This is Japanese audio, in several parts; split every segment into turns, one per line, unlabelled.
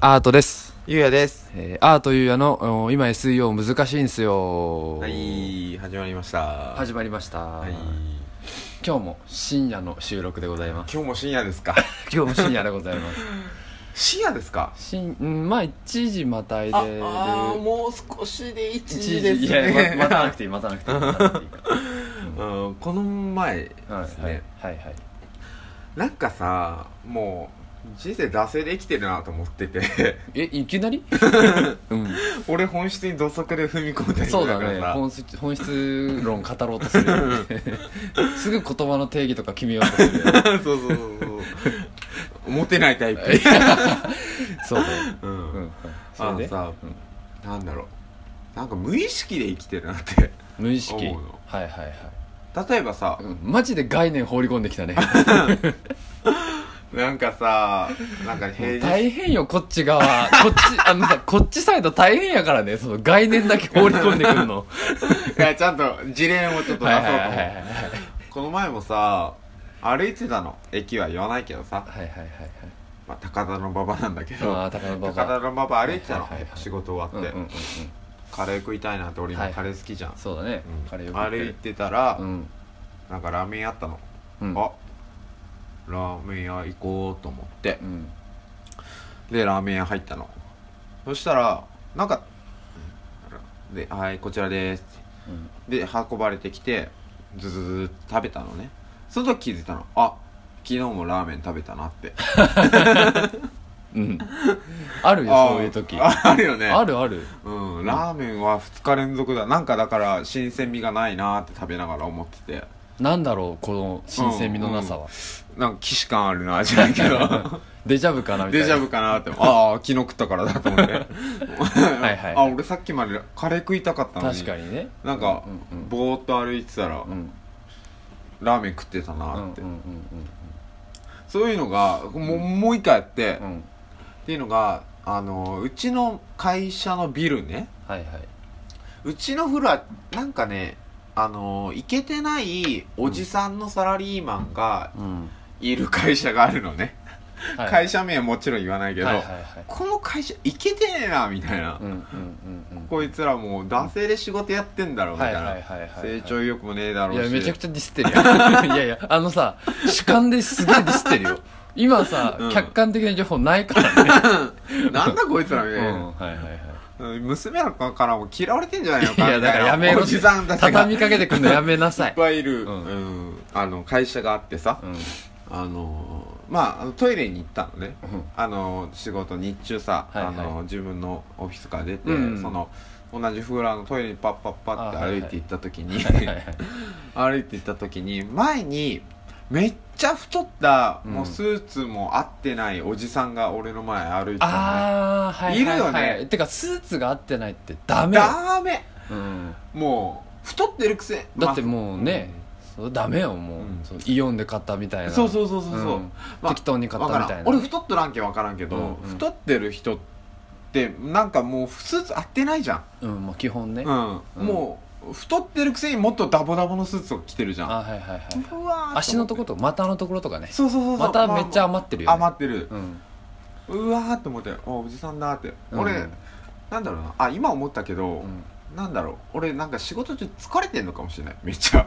アートです、
ゆうやです。
えーアートゆうやのお今 SEO 難しいんすよ
はい、始まりました。
始まりました、
はい。
今日も深夜の収録でござい ます
今日も深夜ですか
今日も深夜でございます
深夜ですか
しんうんまあ1時またいで
あ、あーもう少しで1
1
時です
いや
ね。
ま待たなくていい待たなくてい い待たなくていいから
うん、この前で
はい
すね、
はいはいはい
なんかさ、もう、人生惰性で生きてるなと思ってて
えいきなりうん
俺本質に土足で踏み込んでる
そうだ
から
ね
さ
本質本質論語ろうとするよね すぐ言葉の定義とか決めようとするよね
そうそうそうそうモテないタイプ、
そうだよ
う
うん
ん
はいそ
あ
れ
の
で
さ、
うん
なんだろうなんか無意識で生きてるなって
無意識はい
思うの
はいはい
例えばさ、
うんマジで概念放り込んでき たね
なんかさ、なんか平日、
大変よこっち側こっちあのさこっちサイド大変やからねその概念だけ放り込んでくる の
いやちゃんと事例をちょっと出
はい
そう
はい
と
はいはい
思う。この前もさ、歩いてたの。駅は言わないけどさ、
はいはいはいはい
まあ、高田の馬場なんだけ
あ
ど、
あ高野馬
高田
場
の馬場歩いてたの、
はいはいはいはい
仕事終
う
わ
ん
っ
うん
て、
うんうん
カレー食いたいなって、俺今
はい
カレー好きじゃん。
そうだね
うん
カレーよく
歩い
る
てたら、
うん
なんかラーメン屋あったの。
うん
あラーメン屋行こうと思って
う、ん
で、ラーメン屋入ったの。そしたら、なんか、で、はい、こちらですって。
うん
で運ばれてきてずずずずって食べたのねその時気づいたのあ昨日もラーメン食べたなって
うんあるよ
あー
そういう時あ
ああるよね
るある
うん、ラーメンは2日連続だなんかだから新鮮味がないなって食べながら思ってて
なんだろうこの新鮮味のなさは
なんか既視感あるなじゃないけど
デジャブかなみたい
デ
な
ジャブかなってああ昨日食ったからだ と思ってはい
はい
あ俺さっきまでカレー食いたかったのに
確かにね
なんか、
うんうん
ぼーっと歩いてたら、
うん
ラーメン食ってた
うんう
なっ
ん
て、
うん
そういうのがもうもう一回やって、
うんうん
っていうのがあのうちの会社のビルね
はいはいう
ちのフロアなんかねあのイケてないおじさんのサラリーマンが
うん
いる会社があるのね、
はい
会社名はもちろん言わないけど、
はいはいはい
この会社イケてねえなみたいな、
うんうんうんうん
こいつらもう男性で仕事やってんだろみたいな、
はいはいはいはいはい
成長意欲もねえだろ
いうや
し
めちゃくちゃディスってるやんいやいやあのさ主観ですげえディスってるよ今さ、
うん
客観的な情報ないからね、
なんだこいつらみ
う
た
ん
いな、
はいはいはい
娘らからも嫌われてんじゃないの
い
か
や
み
だ
た
から
いな
やめろ
おじさんたちが
畳
い
みかけてくんのやめなさ
っ
い、
ぱいいる、
うん
うんあの会社があってさ、
うん、
あのーまああのトイレに行ったのね、
うん
あのー仕事日中さ、
はいはい
あのー自分のオフィスから出て、
うん
その同じフロアのトイレにパッパッパって
あはいはい
歩いて行った時に、
はいはいはい
歩いて行った時に前にめっちゃ太った、
うん
もうスーツも合ってないおじさんが俺の前歩いてた
ああはいはいはい
いるよね
てかスーツが合ってないってダ
のね
メよ
ダメ
うん、
もう太ってるくせ
だってもうね、そうダメよもう、
うん
そうイオンで買ったみたい
まあ
な
そうそうそうそうそう、
ん
まあ
適当に買っ
わ
たみ
か
た
ら
い
ん
な
俺太っとらんけんわからんけど、
うんうん
太ってる人ってなんかもうスーツ合ってないじゃん、
うんもう基本ね、
う
あ
ん
うん
もう太ってるくせにもっとダボダボのスーツを着てるじゃん
はいはいはいう
わー
足のとこ
思って
と股のところとかね
そうそうそうそう
まためっちゃ
ま
余ってる
あ
よ、ね
余ってる、
うん
うわーって思っておおじさんだーって、
うん
俺なんだろうなあ今思ったけ
う
ど、
ん
なんだろう俺なんか仕事中疲れてんのかもしれないめっちゃ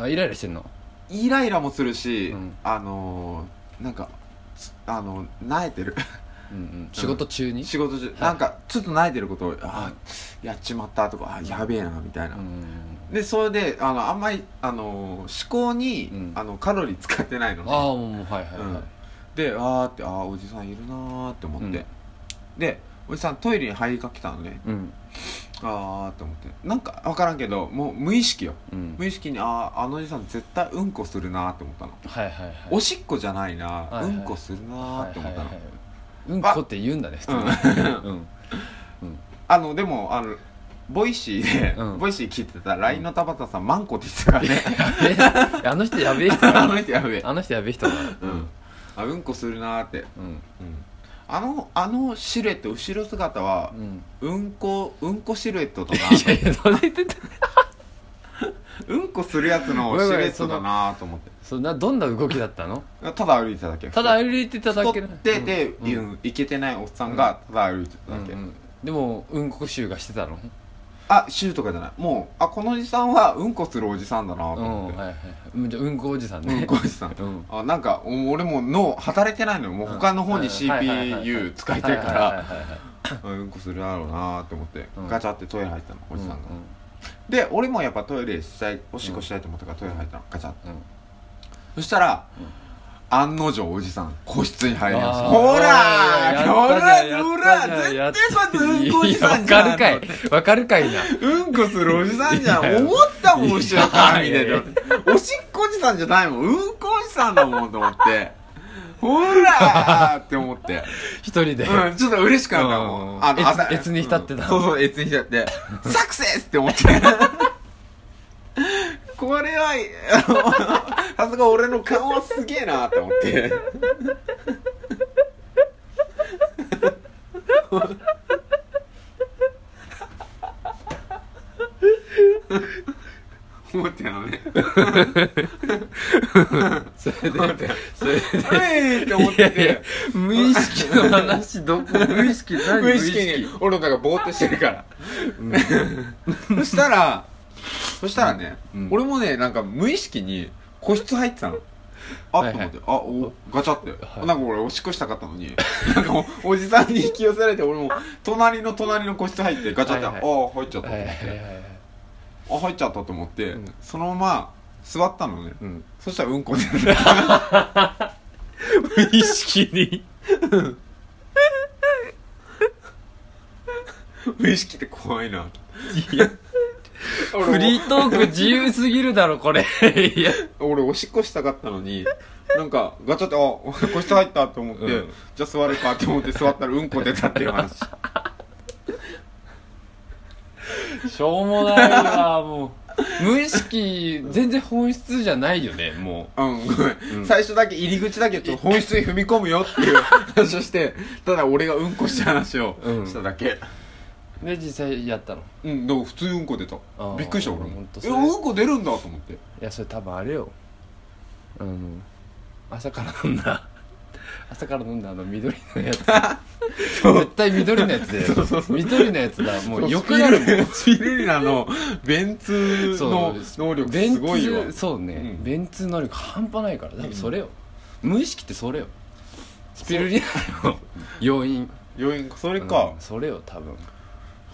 あイライラしてんの
イライラもするし、
うん
あのー、なんかつあのなえてる
うんうん仕事中に
仕事中、なんかちょっと慣れてることをああやっちまったとかあやべえなみたいな、
うん
でそれであのあんまりあの思考に、
うん
あのカロリー使ってないの
あ
ね
あもうはいはいはい、
うんであーってあーおじさんいるなーって思って、でおじさんトイレに入りかけたのね
うん
あーって思ってなんか分からんけどもう無意識よ
うん
無意識にあーあのおじさん絶対うんこするなーって思ったの
はいはいはい
おしっこじゃないなー、
はいはい
うんこするなーって思ったの、
はいはいはいうんこって言うんだね普通にうん
あのでもあのボイシーで、
うん
ボイシー聞いてた LINE の田畑さん、マンコって言ってたからね
やべえあの人やべえ人だな
あ の人やべえ
あの人やべえ人だ
う
なん
あうんこするなーって、
うん
あのあのシルエット後ろ姿は
う、ん
うんこうんこシルエットとか
いやいやそれ言ってた
うんこするやつのシルエットだなと思って
そんなどんな動きだったの
ただ歩いてただけ
ただ歩いてただけ
太ってて、
うんうん
いけてないおっさんがただ歩いてただけ、
うんうんでもうんこ臭がしてたの
あシューとかじゃないもうあこのおじさんはうんこするおじさんだな
う
と
ん
思
は
っ
い
て、
はいはいうんじゃあうんこおじさんね
うんこおじさん
うん
あなんかお俺もう脳働いてないのよもう他の方に CPU 使いたいか
はい
ら
はいはいはい
うんこするだろうなと思って、
うん
ガチャってトイレ入ったのおじさんが、
うん
で俺もやっぱトイレしたいおしっこしたいと思ったからトイレ入ったのガチャって
うんうん
そしたら、
うん
案の定おじさん個室に入りまし
あ
た
ー
ほら
お
ほら
いやっ
ほ
た
ら
じゃんや
絶
った
対まず
じゃん
うんこおじさんじ
いやわか
ゃん
るかいわかるかいな
うんこするおじさんじゃ
い
ん
や
思ったもん後ろから見て
いや
ておしっこおじさんじゃないもんうんこおじさんだもんと思ってほらーって思って、
一人で
うん、ちょっと嬉しくなった
う
も
ん
んあの
悦
朝
悦に浸ってた
そうそう悦に浸 ってサクセスって思 ってこれはあ のさすが俺の顔はすげえなって思って思ってたの ね
それでそれで
うえいって思ってて
いやいや無意識の話どこ無意識何
無意識に俺なんかぼーっとしてるから、そしたらそしたらね、
うん
俺もねなんか無意識に個室入ってたのあっと思って、あおガチャって、
はい
なんか俺おしっこしたかったのになんかもうおじさんに引き寄せられて俺も隣の隣の個室入ってガチャって、
はいはい
ああ入っちゃったと思って、
はいはいはいはい
あ入っちゃったと思って、
うん
そのまま座ったのね、
うん
そしたらうんこ出る
無意識に
無意識って怖いな俺
フリートーク自由すぎるだろこれいや
俺おしっこしたかったのになんかガチャってあ個室入ったと思って、
うん
じゃあ座るかと思って座ったらうんこ出たっていう話
しょうもないわもう無意識全然本質じゃないよねも
うんごめん、
うん
最初だけ入り口だけちょっと本質に踏み込むよっていう話をしてただ俺がうんこした話を
うん
しただけ
うで実際やったの
うん、でも普通にうんこ出た
あー
びっくりした俺
ほ
も
んとそ
え
れ
うんこ出るんだと思って
いやそれ多分あれよあの朝から飲んだ 朝から飲んだあの緑のやつ絶対緑のやつだよ緑のやつだもうよくなるもん
スピルリナの便通の能力すごいよ
便通そうね、
うん
便通能力半端ないから多分それよ、無意識ってそれよスピルリナの要因
余韻それか
うん、それよ多分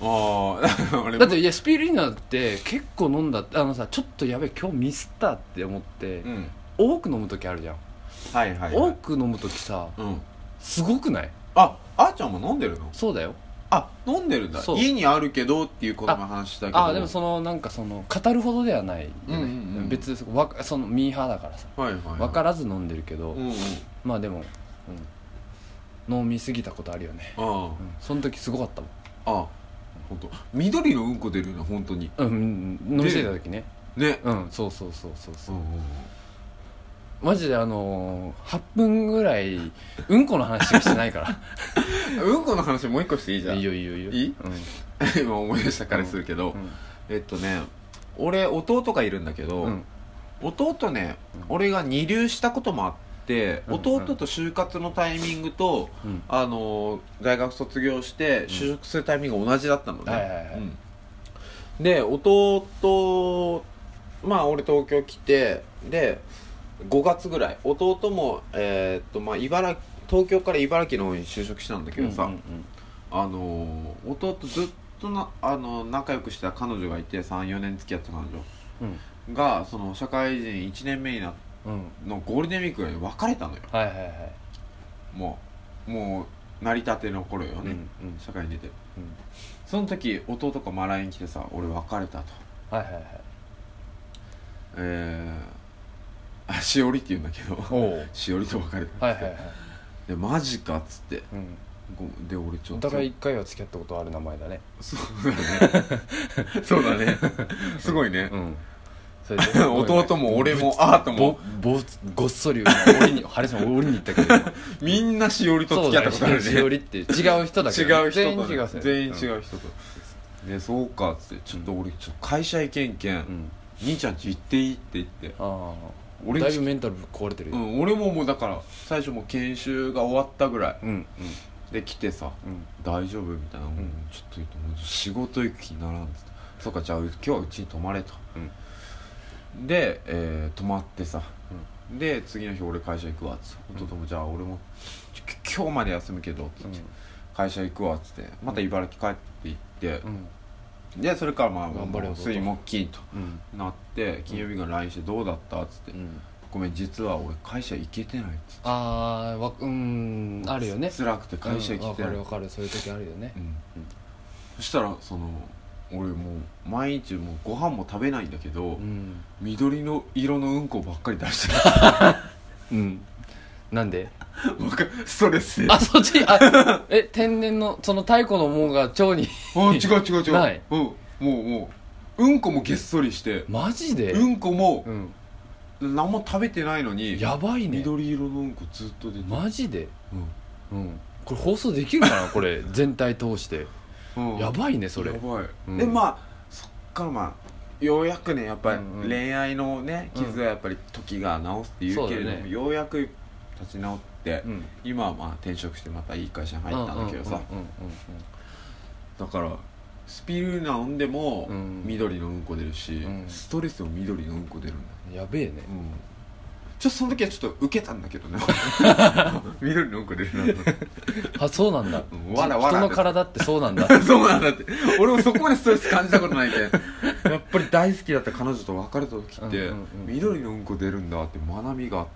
あ あ俺も
だっていやスピルリナって結構飲んだあのさちょっとやべえ今日ミスったって思って、
うん
多く飲む時あるじゃん、
はいはい、は
多
い、
く飲む時さ
うん
すごくない
あ、あーちゃんも飲んでるの
そうだよ
あ、飲んでるんだ
そう
家にあるけどっていうことの話だけど
あでもそのなんかその語るほどではないよね、
うんうんうん
別にそこわかそのミーハーだからさ
はいはい、はい、
分からず飲んでるけど、
うんうん
まあでも、うん、飲みすぎたことあるよね、
あ
うん、その時すごかったもん
ああ本当。緑のうんこ出るよね本当に
うんうん、飲みすぎた時ね
ね
うんそうそうそうそうそううん
うんうん
マジであのー、8分ぐらいうんこの話しかして ないか
うんこの話もう一個していいじゃ
ら
ん
いいよいいよいいよ
いい
うん
今思い出したからするけど、
うん
えっとね俺弟がいるんだけど、
うん
弟ね
うん
俺が二流したこともあって、
うんうん
弟と就活のタイミングと、
うん
あの大学卒業して就職するタイミングが同じだったので、
はいはいはい
うんで弟まあ俺東京来てで5月ぐらい弟も、えーっとまあ、茨東京から茨城の方に就職したんだけどさ、
うん
あの弟ずっとなあの仲良くしてた彼女がいて34年付き合ってた彼
うん
女がその社会人1年目になっ
うんうん
のゴールデンウィークに別れたのよ
はいはいはい
もうもう成り立ての頃よ
うんう
ね、
ん
社会に出て
うん
その時弟がまあ LINE 来てさ「俺別れた」と
はいはいはい
「えー、あしおり」って言うんだけ ど
おお
しおりと別れた
はい
っつっ
はいは
て、
い
でマジかっつって
うん
ごで俺ちょ
お
っと
互い一回は付き合ったことある名前だね
そうだねそう だねすごいね、
んそれ で
弟も俺もああと
ぼ
も
ぼごっそり俺にハリさん俺に言った けど今
みんなしおりと
そ
付
う
き
だ
合っ
よ
たことあるね
しおりっていう違う人だけど
違う人
全員
と
違う人だよ
全員違う人と、でそうかっつってちょっと俺ちょっと会社行けんけん、
うん
兄ちゃんち行っていいって言って
ああ
俺
だいぶメンタル壊れてる
う
よ
ん、俺ももうだから最初もう研修が終わったぐらい
うんうん
で来てさ
うん
「大丈夫?」みたいな、もうちょっともう仕事行く気にならん」っつって「そうかじゃあ今日はうちに泊まれと」で、えー泊まってさ、で次の日俺会社行くわっつって弟も「じゃあ俺もちょき今日まで休むけど」っつって、会社行くわ」っつってまた茨城帰って行って
う、ん
でそれからまあ
頑張れよ弟
水木金と
うん
なって金曜日が LINE して「どうだった?」っつって、
うん
ごめん実は俺会社行けてない」っつって。
ああわうんあるよね
辛くて会社
うん
来
わ
て
か
ない
るわかるそういう時あるよね
うんそしたらその俺もう毎日もうご飯も食べないんだけど、
うん
緑の色のうんこばっかり出して た
うんなんで
わかストレスであ
あそっちあえ天然のその太古の門が腸に
違う違う違う
ない
うん、もうもううんこもげっそりして
マジで
うんこも
うん
何も食べてないのに
やばいね
緑色のうんこずっと出て
マジで
う
うんこれ放送できるかなこれ全体通して
んうん
やばいねそれ
やばい、
うん
でまあそっからまあようやくねやっぱり
うんうん
恋愛のね傷はやっぱり時が治すって言うけ
そう
れども、
だね
ようやく立ち直って、
うん
今はまあ転職してまたいい会社に入ったんだけどさ、
うんうんうんうん
だからスピルナ飲んでも
うん
緑のうんこ出るし、
うん
ストレスも緑のうんこ出るんだよ、
うんやべえね
うん、ちょっとその時はちょっと受けたんだけど ね緑のうんこ出るなと思って
あそうなん だ
うんわらわら
人の体って そう なんだ
そうなんだって俺もそこまでストレス感じたことないけんやっぱり大好きだった彼女と別れた時って、
うんうんうん
緑のうんこ出るんだって学びがあっ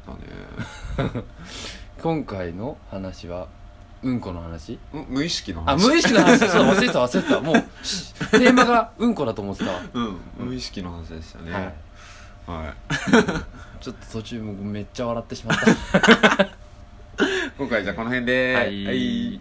たね
今回の話はうんこの話
うん無意識の
あ
話
無意識の 話そう忘れてた忘れてたもうしテーマがうんこだと思ってたわ、
うん、無意識の話でしたね
はい
はい
ちょっと途中もうめっちゃ笑ってしまった
今回じゃあこの辺で
はい